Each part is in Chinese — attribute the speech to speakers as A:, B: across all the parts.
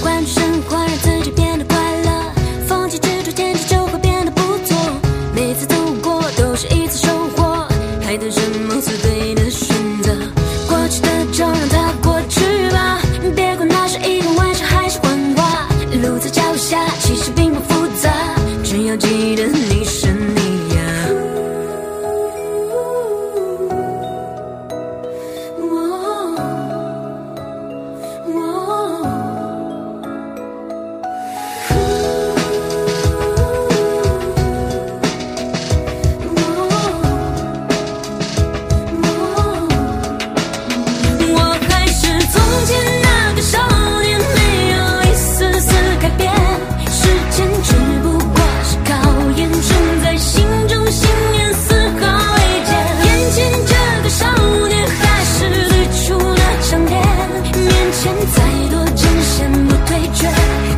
A: 关注生活，让自己变得快乐。放弃执着，天气就会变得不错。每次走过都是一次收获，还等什么是对的选择？过去的就让它过去吧，别管它是一个玩笑还是谎话。路在脚下，其实并不复杂，只要记得你是你呀。我还是从前那个少年，没有一丝丝改变。时间只不过是考验，种在心中信念丝毫未减。眼前这个少年，还是最初那张脸。面前再多艰险不退却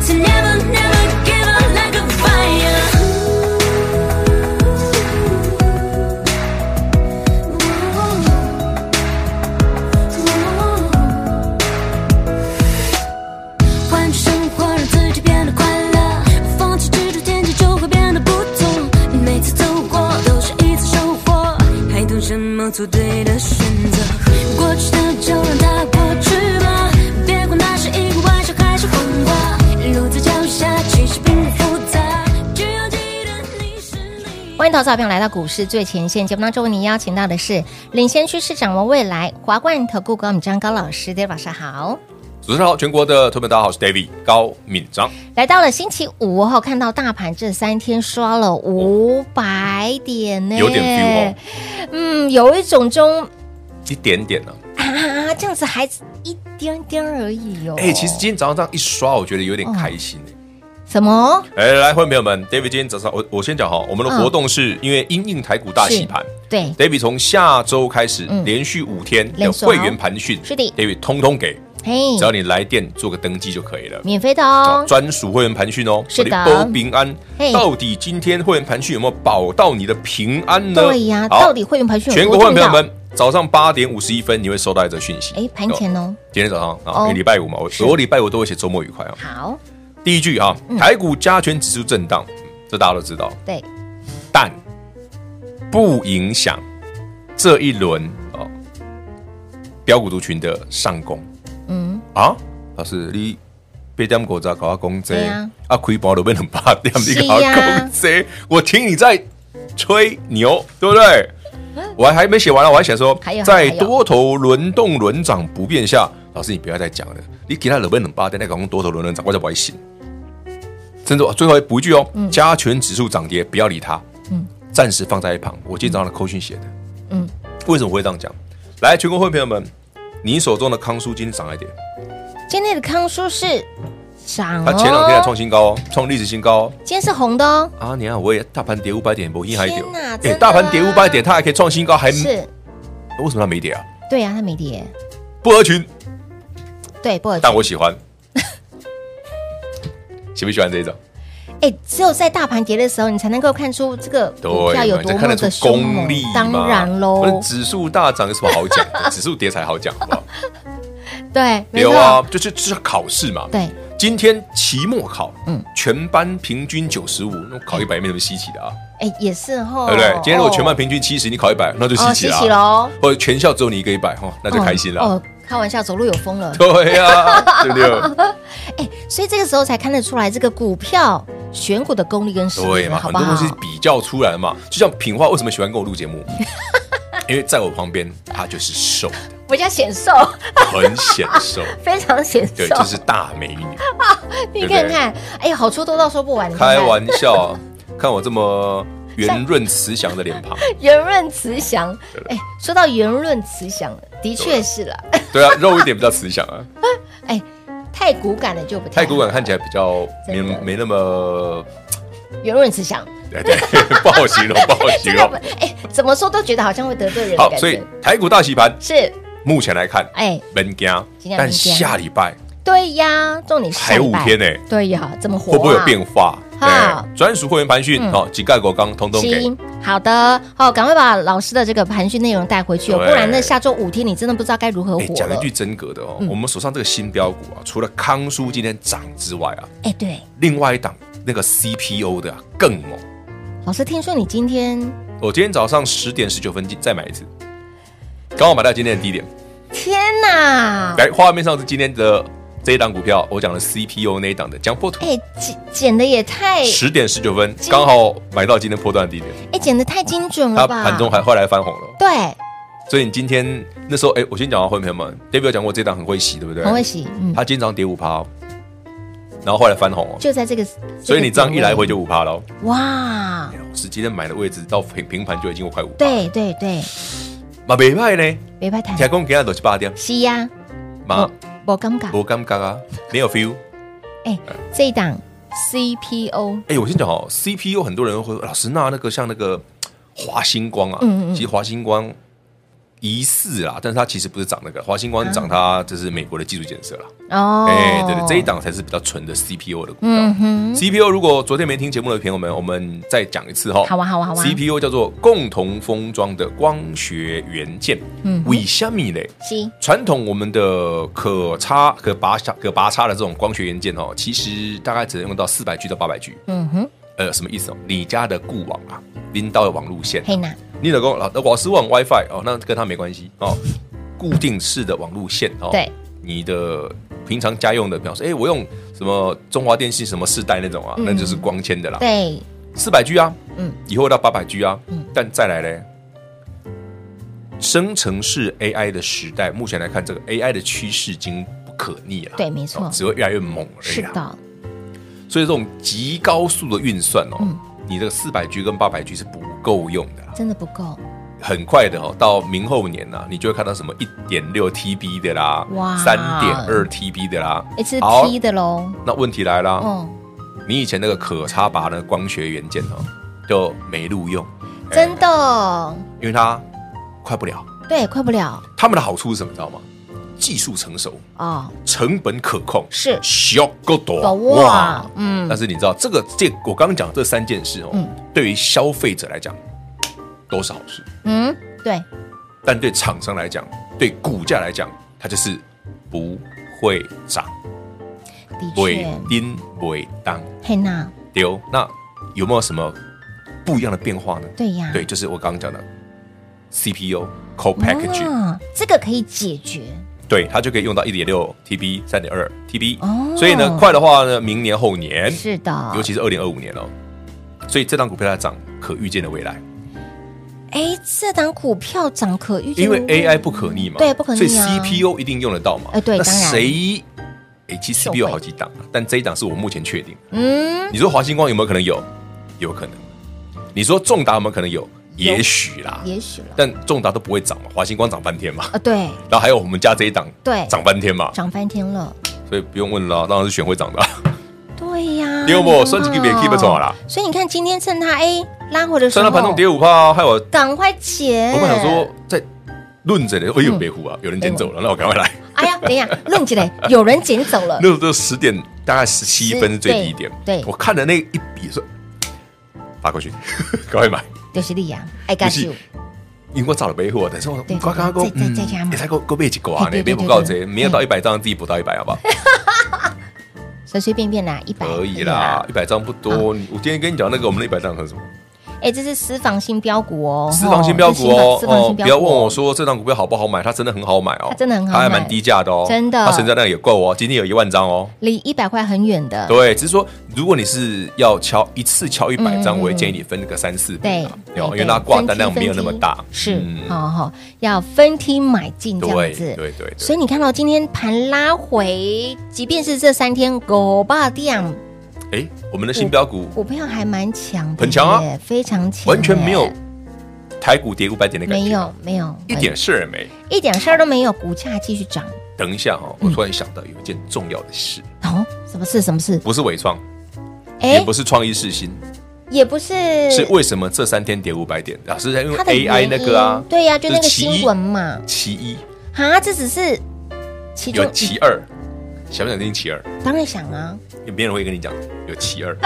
A: ，So never never give up like a fire。关注生活，让自己变得快乐。放弃执着，天气就会变得不同。每次走过都是一次收获，还等什么做对的选择？过去的就让它过去吧，别管它是一个玩笑还是谎话。路在脚下，其实并不复杂，只要记得你是你。
B: 欢迎投资者朋友来到股市最前线节目当中，为您邀请到的是领先趋势、掌握未来华冠投顾高敏章高老师，大家晚上好。
C: 主持人好，全国的朋友们，大家好，我是 David 高敏章。
B: 来到了星期五哦，看到大盘这三天刷了五百点呢，
C: 有点 feel 哦
B: 嗯，有一种中
C: 一点点呢、
B: 啊，这样子还一点点而已哦。
C: 哎、其实今天早上这样一刷，我觉得有点开心哎、
B: 什么？
C: 哎来，欢迎朋友们，David 今天早上我我先讲哈，我们的活动是、因为因应台股大洗盘。
B: 对，
C: David 从下周开始，
B: 嗯
C: 连续五天
B: 连
C: 的
B: 锁哦
C: 会员盘讯，
B: 是的
C: ，David 通通给，
B: 嘿
C: 只，要你来电做个登记就可以了。
B: 免费的
C: 好
B: 哦。
C: 专属会员盘讯哦，
B: 是的
C: 我的都平安
B: 嘿。
C: 到底今天会员盘讯有没有保到你的平安呢？
B: 对呀，
C: 好
B: 到底会员培训
C: 全
B: 有
C: 国
B: 多
C: 会员
B: 重
C: 朋友
B: 要？
C: 们，早上八点五十一分你会收到一则讯息。
B: 哎，盘前哦，
C: 今天早上
B: 哦
C: 啊，因为礼拜五嘛，我
B: 是嗯
C: 我礼拜五都会写周末愉快啊。
B: 好，
C: 第一句啊，台股加权指数震荡，嗯这大家都知道，
B: 对，
C: 但不影响这一轮哦，标股族群的上攻
B: 嗯，
C: 啊。老师，你被点国家搞到攻这
B: 对啊
C: 啊，亏包都被人八点，
B: 是啊
C: 你搞到
B: 呀
C: 攻这，我听你在吹牛，对不对？我还还没写完了，我还想说
B: 还有，还
C: 在
B: 有
C: 多头轮动轮涨不变下，老师你不要再讲了，你给他冷不冷巴的那个讲多头轮轮涨，我就不会信。甚至我最后还补一句哦，加权指数涨跌不要理它，
B: 嗯
C: 暂时放在一旁。我今天早上的扣讯写的，
B: 嗯，
C: 为什么会这样讲？来，全国会员朋友们，你手中的康舒今天涨了一点，
B: 今天的康叔是涨
C: 它前两天还创
B: 哦，
C: 新高哦，创历史新高哦。
B: 今天是红的哦，
C: 啊，你看我也大盘跌五百点，我一还
B: 天
C: 跌
B: 哪，真
C: 哎
B: 的，
C: 大盘
B: 啊
C: 跌五百点，它还可以创新高，还
B: 是，
C: 为什么它没跌啊？
B: 对呀，它没跌，
C: 不合群，
B: 对，不好意思
C: 但我 喜欢。喜不喜欢这一种？
B: 哎，只有在大盘跌的时候，你才能够看出这个股票
C: 对，
B: 有
C: 你
B: 多
C: 看
B: 么
C: 得
B: 的
C: 出
B: 凶
C: 功
B: 猛
C: 力。
B: 当
C: 嘛
B: 然
C: 不
B: 喽
C: 是，指数大涨有什么好讲 的？指数跌才好讲，好不好？
B: 对，没
C: 有
B: 错，
C: 啊，就是就是考试嘛。
B: 对，
C: 今天期末考，
B: 嗯
C: 嗯，全班平均九十五，那考一百也没什么稀奇的啊，
B: 哎，也是哈，
C: 对不对？今天如果
B: 哦
C: 全班平均七十，你考一百，那就稀
B: 哦
C: 奇
B: 稀
C: 了
B: 奇
C: 啊，
B: 喽，
C: 或者全校只有你一个一百，哈，那就开心了。
B: 哦，开玩笑，走路有风了，
C: 对呀，对 不对？
B: 哎，所以这个时候才看得出来这个股票选股的功力跟实力
C: 对
B: 了，
C: 嘛，
B: 好
C: 很
B: 不
C: 多
B: 好
C: 东？西比较出来嘛。就像品化为什么喜欢跟我录 节目，因为在我旁边他就是瘦，
B: 比较显瘦，
C: 很显瘦，
B: 非常显瘦
C: 对，，就是大美女。
B: 你
C: 对
B: 看
C: 不对
B: 看，哎呀，好处多到说不完，你看
C: 开
B: 看
C: 玩笑，啊看我这么圆润慈祥的脸庞，
B: 圆润慈祥。哎，说到圆润慈祥，的确是啦。
C: 对啊，肉一点比较慈祥 啊，
B: 哎， 太骨感了就不太
C: 太
B: 好。
C: 骨感看起来比较没
B: 真的
C: 没那么，哎
B: 圆润慈祥，
C: 对 对，不好形容， 不好形
B: 真的
C: 容
B: 不。哎，怎么说都觉得好像会得罪人的
C: 好，
B: 感
C: 所以
B: 觉。
C: 台股大洗盘，
B: 是，
C: 目前来看，
B: 哎，
C: 门家
B: 尽，量
C: 但
B: 不惊
C: 下礼拜
B: 对呀，重点是
C: 还有五天
B: 呢。
C: 呢，
B: 对呀，这么火啊
C: 会不会有变化？
B: 啊
C: 对，专属会员盘讯
B: 嗯
C: 哦，几盖国刚通通给
B: 行，好的，哦，赶快把老师的这个盘讯内容带回去哦，
C: 对
B: 不然那下周五天你真的不知道该如何
C: 哎，
B: 火
C: 讲一
B: 了嗯
C: 句。真格的哦，我们手上这个新标股啊，除了康舒今天涨之外啊，
B: 哎，对，
C: 另外一档那个 CPO 的啊更猛。
B: 老师听说你今天，
C: 我今天早上十点十九分进再买一次，刚好买到今天的低点。
B: 天哪，
C: 来，画面上是今天的这一档股票，我讲的 CPO 那一档的江波图，
B: 哎，剪剪的也太，
C: 十点十九分
B: 今
C: 刚好买到今天波段的低点，
B: 哎，剪的太精准
C: 它
B: 了吧？
C: 盘中还后来翻红了。
B: 对，
C: 所以你今天那时候，哎，我先讲到后面嘛，David 有讲过这档很会洗，对不对？
B: 很会洗，嗯，
C: 它今天早上跌五趴哦，然后后来翻红哦，
B: 就在这个，
C: 所以你这样一来回
B: 就
C: 就五趴喽。
B: 哇
C: 哎，呦是今天买的位置到平平盘就已经有快五，，
B: 对对对，
C: 嘛没派呢，
B: 别拍谈，
C: 天啊公给他都是八点，
B: 是呀，哦
C: 嘛
B: 我尴尬，
C: 无感觉啊，没有 feel。
B: 哎，这一档 CPO
C: 哎、我先讲哦，CPU 很多人会说，哎老师，那那个像那个华星光啊，
B: 嗯嗯嗯
C: 其实华星光疑似啦，但是它其实不是涨那个，华星光涨它这是美国的技术建设啦。
B: 啊哦，
C: 哎、对对，这一，档才是比较纯的 CPU 的股票。
B: 嗯哼，
C: CPU 如果昨天没听节目的朋友们，我们再讲一次哈。
B: 好啊好啊好啊
C: CPU 叫做共同封装的光学元件，
B: 嗯
C: 为什么嘞？
B: 是，
C: 传统我们的可插、可拔插、可拔插的这种光学元件哦，其实大概只能用到四百 G 到八百 G。
B: 嗯哼，
C: 呃，什么意思哦？你家的固网啊，拎到的网路线，
B: 嘿娜，
C: 你老公老老师网 WiFi 哦，那跟他没关系哦。固定式的网路线哦，
B: 对，
C: 你的平常家用的，比方说，哎，我用什么中华电信什么世代那种啊，
B: 嗯
C: 那就是光纤的啦，
B: 对，
C: 四百 G 啊，
B: 嗯，
C: 以后到八百 G 啊，
B: 嗯
C: 但再来嘞，生成式 AI 的时代，目前来看，这个 AI 的趋势已经不可逆了，
B: 对没错
C: 哦只会越来越猛而已、啊，
B: 是的，
C: 所以这种极高速的运算哦，
B: 嗯
C: 你的四百 G 跟八百 G 是不够用的啦。
B: 真的不够，
C: 很快的哦，到明后年呐、你就会看到什么一点六 TB 的啦，
B: 哇
C: 三点二 TB 的啦。
B: 哎，是
C: 好
B: P 的喽，
C: 那问题来啦，
B: 哦，
C: 你以前那个可插拔的光学元件哦，就没录用，
B: 嗯真
C: 哎，
B: 的，
C: 因为它快不了。
B: 对，快不了
C: 他们的好处是什么，你知道吗？技术成熟，
B: 哦，
C: 成本可控，
B: 是
C: 小够多
B: 手哇，嗯
C: 但，是你知道这个这我刚刚讲这三件事哦，
B: 嗯
C: 对于消费者来讲都是好事，
B: 嗯，对，
C: 但对厂商来讲，对股价来讲，它就是不会涨，
B: 的
C: 尾
B: 确，
C: 丁尾当
B: 嘿娜，
C: 丢。那有没有什么不一样的变化呢？
B: 对呀，
C: 对，就是我刚刚讲的 CPU co packaging，、
B: 啊，这个可以解决，
C: 对，它就可以用到一点六 TB、三点二 TB，、
B: 哦
C: 所以呢，快的话呢，明年后年，
B: 是的，
C: 尤其是二零二五年哦，所以这档股票它涨，可预见的未来。
B: 哎，这档股票涨可预见，
C: 因为 AI 不可逆嘛，
B: 对不可逆啊
C: 所以 CPU 一定用得到嘛。
B: 哎对
C: 那
B: 当然
C: 谁？哎，其实
B: 受惠
C: CPU 有好几档啊，但这一档是我目前确定的。
B: 嗯，
C: 你说华星光有没有可能有？有可能。你说重达有没有可能有？
B: 有
C: 也许啦，
B: 也许了，
C: 但重达都不会涨嘛，华星光涨半天嘛，
B: 啊，对，
C: 然后还有我们家这一档，
B: 对
C: 涨半天嘛，
B: 涨翻天了，
C: 所以不用问了，当然是选会 涨的啊。
B: 对呀，
C: 你有没有算几个
B: 嗯
C: 别 keep 住啦？
B: 所以你看，今天趁它哎拉回的时
C: 虽
B: 候，
C: 然盘中跌五趴，害我
B: 赶快解。
C: 我本想说在论着的，哎呦别胡啊，有人捡走了，那我赶快来。
B: 哎呀，等一下，愣起来，有人捡走了
C: 那，时候就十点，大概十七分是最低点。
B: 对对
C: 我看了那一笔说，发过去， 赶快买。
B: 就是利阳，I got you，
C: 因为我找了备货，但是我
B: 对
C: 我刚刚嗯
B: 再再再加码
C: 也才够够备几个啊？
B: 对对
C: 你别
B: 对
C: 不
B: 对
C: 告
B: 哎
C: 这，
B: 对
C: 没有到一百张，自己补到一百，好不好？
B: 随随便便拿一百
C: 可以啦，。一百张不多。你我今天跟你讲那个我们的一百张是什么？
B: 哎，这是私房新标股哦，
C: 私房新标股哦
B: 私房新标股，
C: 不要问我，说这张股票好不好买，它真的很好买哦，
B: 它真的很好买
C: 它还蛮低价的哦，
B: 真的
C: 它成交量也够哦，今天有一万张哦。
B: 离一百块很远的，
C: 对，只是说，如果你是要敲一次敲一百
B: 嗯
C: 张，
B: 嗯嗯
C: 我也建议你分个三四笔
B: 对
C: 啊，，
B: 嗯对
C: 因为
B: 对
C: 它挂
B: 分
C: 单
B: 批
C: 量没有那
B: 分
C: 么
B: 批
C: 大，
B: 是
C: 嗯
B: 哦哈，要分批买进这样
C: 对
B: 子，
C: 对对对
B: 所以你看到今天盘拉回，即便是这三天狗霸量
C: 哎，我们的新标股
B: 股票还蛮强的，
C: 很强啊，
B: 非常强耶，
C: 完全没有台股跌五百点的感觉，
B: 没有没有
C: 一点事儿也没。
B: 一点事儿都没有，股价继续涨。
C: 等一下哈、哦，
B: 嗯
C: 我突然想到有一件重要的事，
B: 哦，什么事？什么事？
C: 不是伟创，也
B: 哎，
C: 不是创意世新，
B: 也不是，
C: 是为什么这三天跌五百点？啊，是因为
B: 它的原
C: AI
B: 因
C: 那个啊，
B: 对呀、就那
C: 这
B: 个
C: 是其一
B: 新闻嘛。
C: 其一
B: 啊，这只是其中
C: 有其二，想不想听其二？
B: 当然想啊，
C: 因为别人会跟你讲有 其二，
B: 因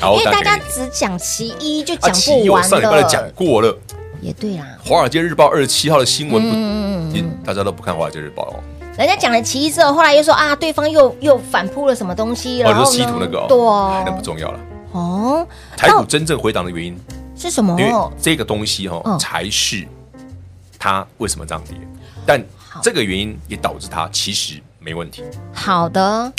C: 好
B: 为
C: 打
B: 大
C: 给
B: 家
C: 你
B: 只讲其一就
C: 哦啊，
B: 讲
C: 其
B: 不
C: 一我
B: 完
C: 上礼拜
B: 了。
C: 都讲过了，《
B: 也对啦，
C: 华尔街日报》二十七号的新闻不，
B: 嗯，
C: 你大家都不看《华尔街日报》哦，
B: 人家讲了其一之后，后来又说啊，对方又又反扑了什么东西，
C: 哦，
B: 然
C: 你
B: 后
C: 说
B: 呢
C: 稀土那个哦，
B: 对
C: 哎那不
B: 哦，
C: 重要了。
B: 哦，
C: 台
B: 那
C: 股
B: 我
C: 真正回档的原因，
B: 是什么
C: 因？为这个东西
B: 哦
C: 哦
B: 嗯，
C: 才是它为什么涨跌，但
B: 好
C: 这个原因也导致它其实没问题。
B: 好的，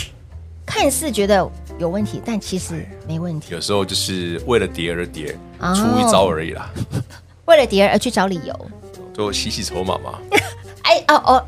B: 看似觉得有问题，但其实没问题
C: 有。时候就是为了跌而跌，
B: 哦
C: 出一招而已啦，
B: 为了跌而去找理由，
C: 就洗洗筹码嘛。
B: 哎哦哦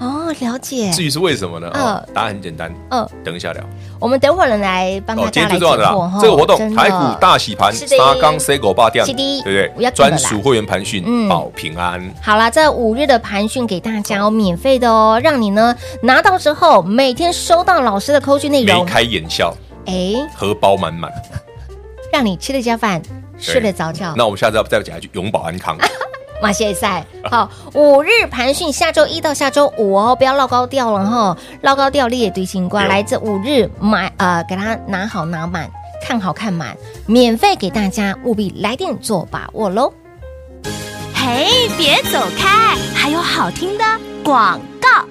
B: 哦，了解。
C: 至于是为什么呢？哦
B: 嗯
C: 答案很简单，
B: 嗯，
C: 等一下聊。
B: 我们等会儿来帮大
C: 哦今
B: 家
C: 天
B: 来解
C: 最重要的啦
B: 惑，哦
C: 这个活动
B: 真的
C: 台股大洗盘，
B: 是的
C: 沙钢 C 狗霸店，
B: 是的
C: 对不
B: 我要
C: 对？
B: 懂了啦
C: 专属会员盘讯
B: 嗯
C: 保平安，
B: 好啦，这五日的盘讯给大家哦，免费的哦，让你呢拿到之后，每天收到老师的扣讯内
C: 眉
B: 容，
C: 开眼笑，
B: 哎，
C: 荷包满满。
B: 让你吃得下饭，睡得着觉。
C: 那我们下次要再讲一句永保安 康。
B: 马歇赛，好，五日盘讯下周一到下周五哦，不要落高调了哈，落高调你也对情瓜，
C: 对哦
B: 来这五日买呃，给它拿好拿满，看好看满，免费给大家，务必来电做把握喽。
A: 嘿，别走开，还有好听的广告。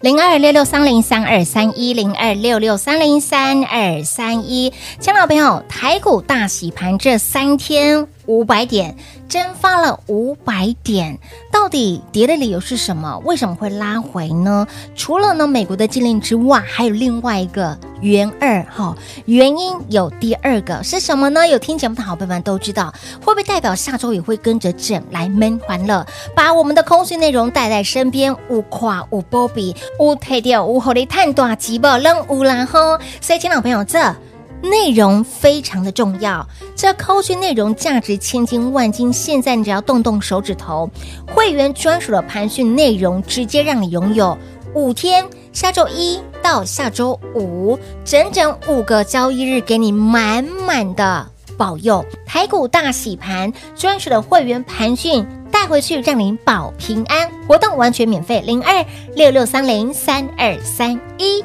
B: 零二六六三零三二三一零二六六三零三二三一，亲爱的朋友，台股大洗盘这三天五百点，蒸发了五百点，到底跌的理由是什么？为什么会拉回呢？除了呢美国的禁令之外，还有另外一个原二哈、原因有第二个是什么呢？有听节目的好朋友们都知道，会不会代表下周也会跟着整来闷欢乐，把我们的空虚内容带在身边，有垮有波比，有退掉有火力探大吉报扔有啦吼。所以，亲老朋友，这内容非常的重要，这扣讯内容价值千金万金，现在你只要动动手指头，会员专属的盘讯内容直接让你拥有五天，下周一到下周五，整整五个交易日，给你满满的保佑。台股大洗盘，专属的会员盘讯带回去，让您保平安。活动完全免费，零二六六三零三二三一。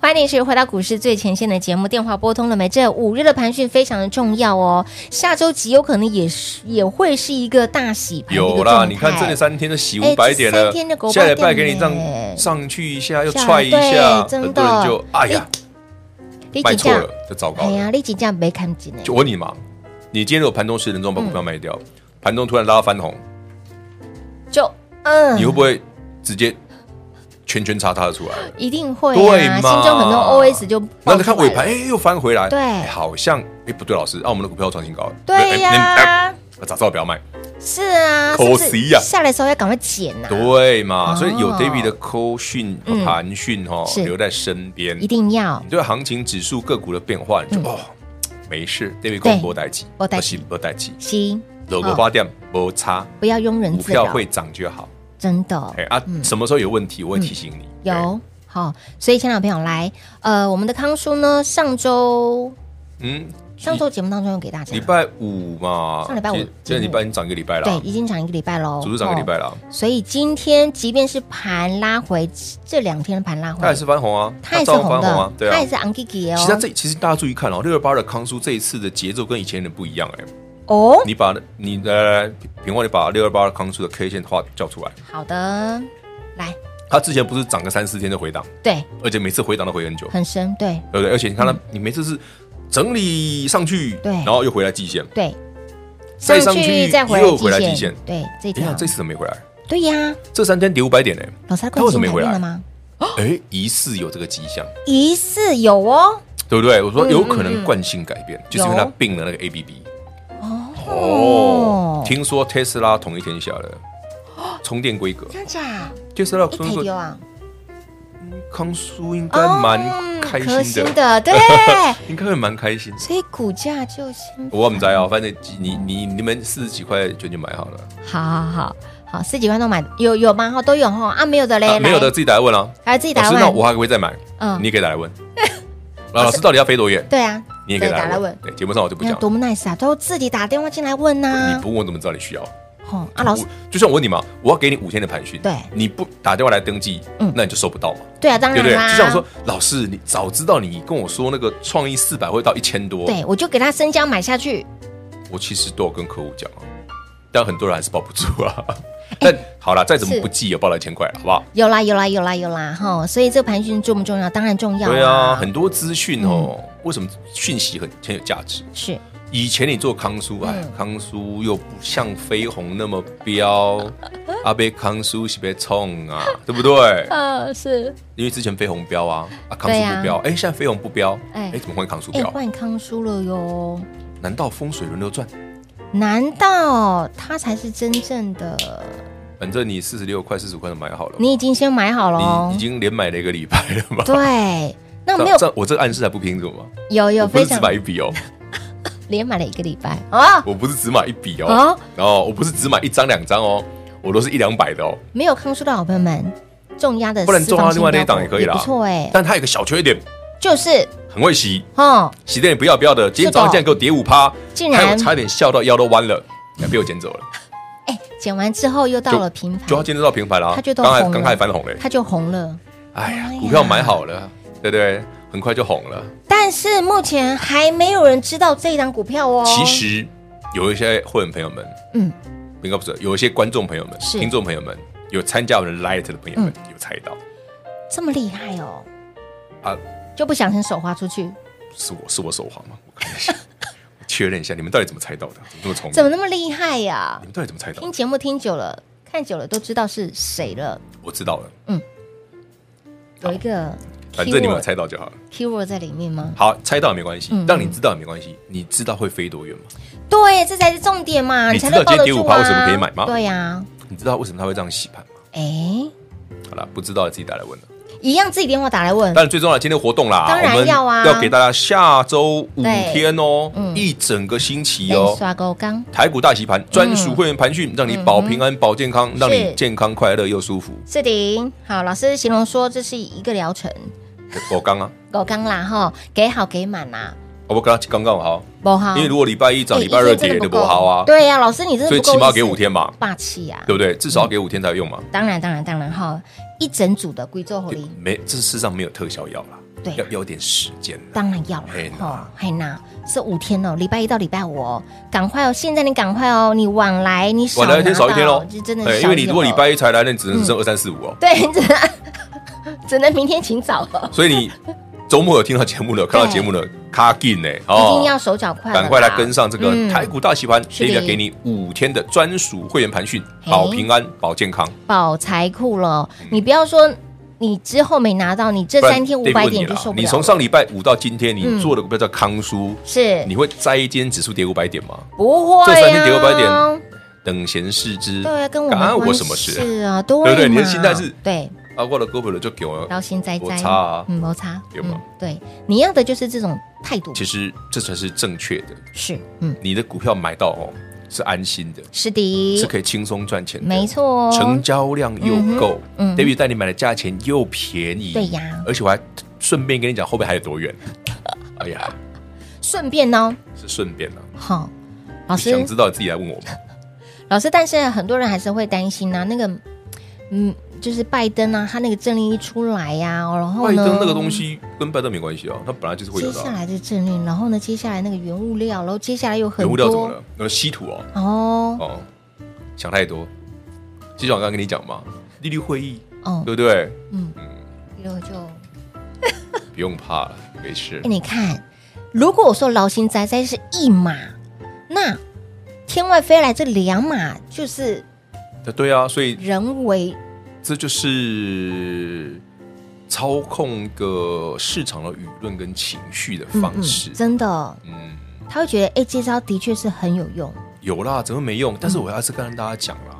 B: 欢迎你，是回到股市最前线的节目，电话拨通了没？这五日的盘讯非常的重要哦，下周极有可能也是也会是一个大洗盘的一个
C: 有
B: 状态。
C: 啦，你看这里三天都洗五百
B: 哎
C: 点
B: 这
C: 了
B: 三天的狗，爸
C: 下礼拜给
B: 店
C: 你这
B: 耶
C: 样上去一下，又
B: 下
C: 踹一下，
B: 对真的哎
C: 很多人就哎呀
B: 你
C: 卖
B: 几
C: 错
B: 价
C: 了？，这糟糕
B: 哎
C: 了。
B: 呀，你几价没看紧呢？
C: 就我问你嘛，你今天如果盘中十点钟把股票卖掉，盘中突然拉到翻红，
B: 就嗯，
C: 你会不会直接圈圈叉叉的出来？
B: 一定会
C: 对
B: 啊？
C: 嘛
B: 心中很多 OS 就
C: 然
B: 爆
C: 后再看
B: 出来
C: 尾盘，
B: 了，
C: 哎，又翻回来，
B: 对
C: 哎好像哎不对，老师，啊，我们的股票创新高了，
B: 对
C: 哎，
B: 呀，
C: 哎早知道不要卖，
B: 是啊，
C: 可
B: 是不
C: 惜
B: 是
C: 呀
B: 下来的时候要赶快啊减呐，
C: 对嘛？所以有
B: 哦
C: David 的 call 讯和
B: 嗯
C: 盘讯哦，
B: 是
C: 留在身边
B: 一，定要
C: 你对行情指数个股的变化，你就哦，没事
B: 嗯对
C: ，David 跟波代机，
B: 没代
C: 是
B: 志
C: 波代机，
B: 吸，
C: 走过八点不差，
B: 不要庸人
C: 股
B: 自扰
C: 票，会涨就好。
B: 真的
C: 哎啊，什么时候有问题，我会提醒你。
B: 嗯
C: 哎
B: 有好，所以亲爱的朋友来，呃，我们的康叔呢，上周
C: 嗯，
B: 上周节目当中有给大家
C: 礼拜五嘛，
B: 上礼拜五
C: 今今天礼拜已经涨一个礼拜
B: 对
C: 了，啊
B: 已经涨一个礼拜喽，
C: 足足涨一个礼拜
B: 哦
C: 了，啊
B: 所以今天即便是盘拉回，这两天的盘拉回，
C: 它也是翻红啊，
B: 哦它也是
C: 照样
B: 红
C: 翻红啊
B: 的，，
C: 对啊
B: 它也。是昂 K K 哦。
C: 其实它这其实大家注意看哦，六二八的康叔这一次的节奏跟以前的不一样哎，
B: 哦，
C: 你把你呃，平话你把六二八的康叔的 K 线画叫出来，
B: 好的，来，
C: 它之前不是涨个三四天就回档，
B: 对，
C: 而且每次回档都回很久，
B: 很深，对
C: 对不对？而且你看它，你每次是整理上去，
B: 嗯对
C: 然后又回来季线，
B: 对，
C: 再上去
B: 再回
C: 又回来
B: 季
C: 季线
B: 对，这
C: 哎呀
B: 条，
C: 这次怎么没回来？
B: 对呀，
C: 这三天跌五百点呢、
B: 老师，
C: 他为什么没回来
B: 了吗？
C: 哎、疑似有这个迹象，
B: 疑似有哦，
C: 对不对？我说有可
B: 嗯
C: 能惯性改变，就是因为他病了那个 ABB。
B: 哦
C: 听说 Tesla 统一天下了，充电规格
B: 这样子啊，
C: Tesla
B: 一
C: 说
B: 台丢
C: 说
B: 啊，
C: 康叔应该蛮开
B: 哦 可
C: 心的，
B: 的，对，
C: 应该会蛮开心的。
B: 所以股价就先
C: 我们在啊，反正你你你们四十几块就就买好了，
B: 好好好好，十几万都买有有吗？哦，都有哈啊，没有的嘞，
C: 啊没有的
B: 来，
C: 自己打来问啊。
B: 啊，自己
C: 老
B: 打
C: 师，
B: 来
C: 那
B: 问，
C: 我还会再买，
B: 嗯
C: 你也可以 打来问。老老师到底要飞多远？
B: 对啊，
C: 你也可以
B: 对
C: 打
B: 打
C: 来
B: 来
C: 问
B: 问。
C: 对，节目上我就不
B: 你
C: 讲
B: 看
C: 了。
B: 多么 nice 啊，都自己打电话进来问呐、
C: 你不问我怎么知道你需要？
B: 哦啊，老师
C: 我，就像我问你嘛，我要给你五天的盘讯，
B: 对
C: 你不打电话来登记
B: 嗯，
C: 那你就收不到嘛，
B: 对啊，当
C: 对
B: 然
C: 不对？
B: 啦，
C: 就像我说，老师，你早知道你跟我说那个创意四百会到一千多，
B: 对，我就给他生姜买下去。
C: 我其实都有跟客户讲啊，但很多人还是抱不住啊。 但好啦，再怎么
B: 是
C: 不济也抱了一千块了，好不好？
B: 有啦有啦有啦有啦哈，所以这个盘讯重不重要？当然重要
C: 对啊，很多资讯哦，
B: 嗯
C: 为什么讯息很很有价值？
B: 是
C: 以前你做康叔，哎，
B: 嗯
C: 康叔又不像飞鸿那么彪， 阿贝康叔是被冲啊，对不 对？
B: 呃是，
C: 因为之前飞鸿彪啊，啊康叔
B: 对啊
C: 不彪，哎，现在飞鸿不彪，
B: 哎
C: 哎，怎么会康叔
B: 哎、
C: 彪？
B: 换康叔了哟。
C: 难道风水轮流转？
B: 难道他才是真正的？
C: 反正你四十六块、四十块的买好了嘛，
B: 你已经先买好了
C: 你
B: 哦
C: 已。经连买了一个礼拜了 嘛？
B: 对，那
C: 这
B: 没有
C: 这我这个暗示还不清楚吗？
B: 有有
C: 我不
B: 非
C: 是只
B: 常
C: 买一笔哦，
B: 连买了一个礼拜哦，
C: 我不是只买一笔哦
B: 哦，
C: 然后我不是只买一张两张哦，我都是一两百的哦。
B: 没有康叔的好朋友们，重压的
C: 不然
B: 私
C: 重压
B: 房
C: 另外
B: 信
C: 那一
B: 标
C: 档也
B: 股
C: 可以啦
B: 不错哎、
C: 但它有个小缺点，
B: 就是
C: 很会洗，
B: 哦，
C: 洗的你不要不要的。今天早上竟然给我跌五趴，
B: 竟然
C: 害我差点笑到腰都弯了，哎被我捡走了。
B: 哎、剪完之后又到
C: 就
B: 了平盘，
C: 就它今天到平盘了，啊
B: 它就都
C: 刚才
B: 红了
C: 刚才翻红嘞。
B: 它就红了。
C: 哎呀
B: 哎，呀
C: 股票买好了，对不对？很快就红了。
B: 但是目前还没有人知道这一档股票哦。
C: 其实有一些会员朋友们，
B: 嗯，
C: 应该不是，有一些观众朋友们、
B: 是
C: 听众朋友们，有参加我们的 Light 的朋友们有猜到
B: 这么厉害哦，
C: 啊，
B: 就不想伸手花出去，
C: 是我是我手滑吗？我看一 下，我确认一下，你们到底怎么猜到的？怎么这么聪明？
B: 怎么那么厉害呀
C: 你、们到底怎么猜到
B: 听
C: 的？
B: 节目听久了，看久了都知道是谁了。
C: 我知道了，
B: 嗯有一个 keyword,
C: 反正你们有猜到就好了。
B: keyword 在里面吗？
C: 好，猜到也没关系
B: 嗯，
C: 让你知道也没关系。你知道会飞多远吗？
B: 对，这才是重点嘛，
C: 你
B: 才
C: 知道
B: 能抱得
C: 今天
B: 住
C: 跌5%
B: 啊。
C: 为什么可以买吗
B: 对呀、
C: 你知道为什么它会这样洗盘吗？
B: 诶
C: 好了，不知道的自己打来问了。
B: 哎，一样自己电话打来问。
C: 但最重要的，今天活动啦，
B: 当然
C: 我们
B: 要啊
C: 要给大家下周五
B: 对
C: 天哦，
B: 嗯
C: 一整个星期
B: 连
C: 哦，
B: 刷狗刚
C: 台股大洗盘，专属会员盘讯，让你保平安、保健康，让你
B: 嗯是
C: 健康、快乐又舒服。
B: 是的，好，老师形容说这是一个疗程，
C: 我刚啊，
B: 狗刚啦哈，给好给满啦，
C: 我刚刚刚好，
B: 不好。
C: 因为如果礼拜
B: 哎
C: 一涨，礼拜二跌，
B: 的
C: 就不好啊。
B: 哦对呀、老师你真的
C: 所以
B: 不够
C: 起码
B: 意思嗯
C: 给五天吧，
B: 霸气呀、
C: 对不对？至少要给五天才有用嘛。
B: 当然，当然，当然哈，一整组的贵州火力，
C: 没，这世上没有特效药啦，
B: 对啊
C: 要要有点时间啦。
B: 当然要啦
C: 嘿呐
B: 哈，嘿呐，是五天哦，礼拜一到礼拜五哦，赶快哦，现在你赶快哦，你往来你少
C: 晚来一天
B: 拿
C: 少一天
B: 到
C: 喽
B: 就真的，
C: 哎
B: 是
C: 因
B: 少
C: 为
B: 一
C: 你
B: 点
C: 如果
B: 了嗯
C: 礼拜一才来，那你只能剩二三四五哦。
B: 对，只能 只能明天请早了，
C: 所以你周末有听到节目的，看到节目的，卡 进呢，
B: 一定要手脚快了啦，
C: 哦赶快来跟上这个
B: 嗯
C: 台股大洗盘，
B: 是
C: 所
B: 的
C: 以要给你五天的专属会员盘讯，
B: 嘿
C: 保平安、保健康。
B: 保财库了，你不要说你之后没拿到，你这
C: 嗯不然
B: 三天五
C: David
B: 百
C: 问你
B: 点就
C: 啦
B: 受不了了。
C: 你从上礼拜五到今天，你
B: 嗯
C: 做的股票叫康叔，
B: 是
C: 你会在意今天指数跌五百点吗？
B: 不会、啊、
C: 这三天跌500点，等闲视之，
B: 对啊，跟我没
C: 干
B: 关
C: 我什么事？
B: 是啊，对
C: 对不对你的
B: 嘛
C: 心态是
B: 对，
C: 啊，我的胳膊了就给我。
B: 高薪栽
C: 摩
B: 栽，
C: 擦啊
B: 嗯，摩擦，
C: 有吗
B: 嗯，对，你要的就是这种态度，
C: 其实这才是正确的，
B: 是，嗯，
C: 你的股票买到哦是安心的，
B: 是
C: 嗯是
B: 的，
C: 可以轻松赚钱的，
B: 没错，
C: 成交量又够、
B: 哦嗯哼嗯
C: d a v i d 带你买的价钱又便宜，
B: 对呀
C: 而且我还顺便跟你讲后面还有 多远。哎呀，
B: 顺便呢，
C: 是顺便啊，
B: 好，老
C: 你想
B: 师，
C: 知道自己来问我吗？
B: 老师，但是很多人还是会担心啊，那个，嗯，就是拜登啊，他那个政令一出来呀、然后
C: 拜
B: 哦呢，
C: 登那个东。西跟拜登没关系啊，它本来就是会
B: 接
C: 有的、
B: 下
C: 啊。
B: 来的政令，然后呢，接下来那个原物料，然后接下来有很多
C: 原物料怎么了？呃，稀土哦，
B: 哦
C: 哦，想太多。就像我刚刚跟你讲嘛，利率会议，
B: 哦，
C: 对不对？
B: 然后就
C: 不用怕了，没事
B: 哎，。你看，如果我说劳心哉哉是一码，那天外飞来这两码就是
C: 对啊，所以
B: 人为
C: 这就是操控一个市场的舆论跟情绪的
B: 嗯
C: 方
B: 嗯
C: 式。
B: 真的，
C: 嗯
B: 他会觉得哎、诶这招的确是很有用，
C: 有啦，怎么没用？但是我还是跟大家讲啦，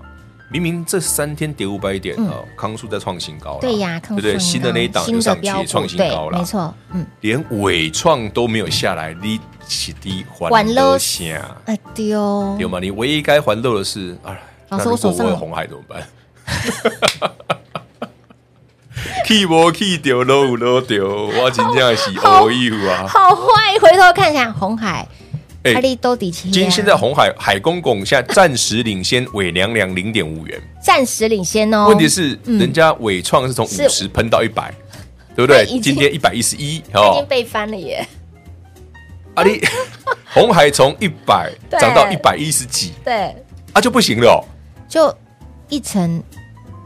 C: 明明这三天跌五百点
B: 嗯
C: 啊，哦康叔在创新高啦，
B: 对呀、
C: 对
B: 康
C: 不对？
B: 创新
C: 新的那一档
B: 新
C: 又
B: 的
C: 上去
B: 标股
C: 创新
B: 对
C: 高
B: 没
C: 了，
B: 错，嗯，
C: 连伟创都没有下来，你起低还
B: 还
C: 漏
B: 漏
C: 下，
B: 哎丢，
C: 有吗？你唯一该还漏的是，哎，
B: 老师
C: 那如
B: 我手
C: 果
B: 上
C: 我有红海怎么办？ 气无气掉，漏有漏掉，我真正是
B: 好
C: 哦呦啊！
B: 好坏，回头看一下红海，
C: 哎
B: 阿力都底气啊，
C: 今现在红海海公公现在暂时领先伟娘娘零点五元，
B: 暂时领先哦，
C: 问题是
B: 嗯
C: 人家伟创是从
B: 是
C: 五十喷到一百，对不对
B: 哎已？经
C: 今天一百一十一
B: 它已经
C: 哦，
B: 被翻了耶，
C: 阿 力红海从一百
B: 对
C: 涨到一百一十几，
B: 对，
C: 啊就不行了哦，
B: 就一层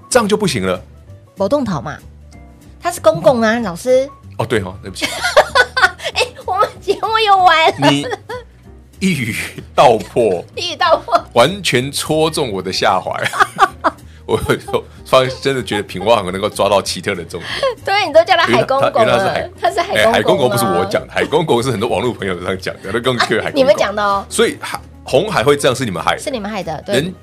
C: 这样就不行了。
B: 某动桃嘛，它是公共啊，老师，
C: 哦，对哦，对不起，
B: 我们节目又完了，
C: 你一语道破。
B: 一语 道破，
C: 完全戳中我的下怀。 我我突然真的觉得品旺能够抓到奇特的重点。
B: 对你都叫他海公公
C: 原来他
B: 了
C: 原，
B: 他是海
C: 哎
B: 公公，啊
C: 海公公不是我，讲的，海公公是很多网络朋友这样讲的，那更对海公公。
B: 你们讲的哦，
C: 所以海红海会这样是你们害的
B: 是你们害的，对
C: 人，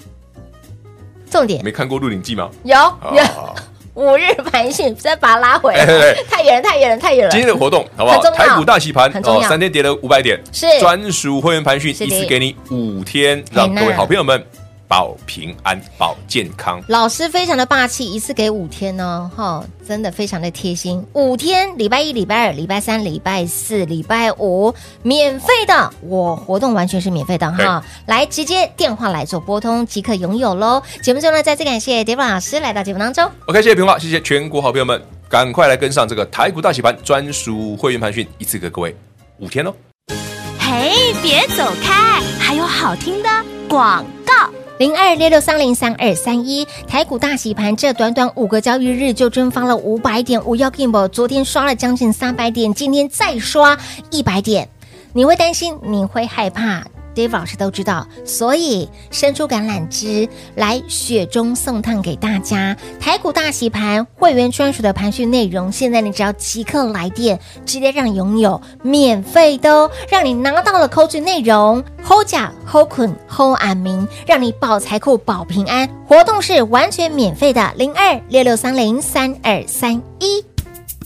B: 重点
C: 没看过《鹿 鼎记》吗？
B: 有有
C: 啊，
B: 五日盘讯，再把它拉回来
C: 哎哎哎，
B: 太远了，太远了，太远
C: 今
B: 了。
C: 天的活动好不好
B: 很？重要
C: 台股大洗盘哦
B: 很重要
C: 三天跌了五百点，
B: 是
C: 专属会员盘讯，
B: 是
C: 一
B: 的
C: 次给你五天，让
B: 哎那
C: 各位好朋友们保平安、保健康。
B: 老师非常的霸气，一次给五天哦，哈，真的非常的贴心。五天，礼拜一、礼拜二、礼拜三、礼拜四、礼拜五，免费的，我活动完全是免费的哈，来直接电话来做拨通即可拥有喽。节目最后呢，再次感谢 d a v 老师来到节目当中。
C: OK，谢谢平话，谢谢全国好朋友们，赶快来跟上这个台股大洗盘专属会员盘讯，一次给各位五天哦。
A: 嘿，别走开，还有好听的广告。
B: 零二六六三零三二三一，台股大洗盘，这短短五个交易日就蒸发了五百点，五幺 Kimbo 昨天刷了将近三百点，今天再刷一百点，你会担心，你会害怕。Dave 老师都知道，所以伸出橄榄枝来雪中送炭给大家。台股大洗盘会员专属的盘讯内容，现在你只要即刻来电，直接让你拥有免费的哦，让你拿到了扣取内容，hold 甲、hold 捆、hold 安民，让你保财库、保平安。活动是完全免费的，零二六六三零三二三一。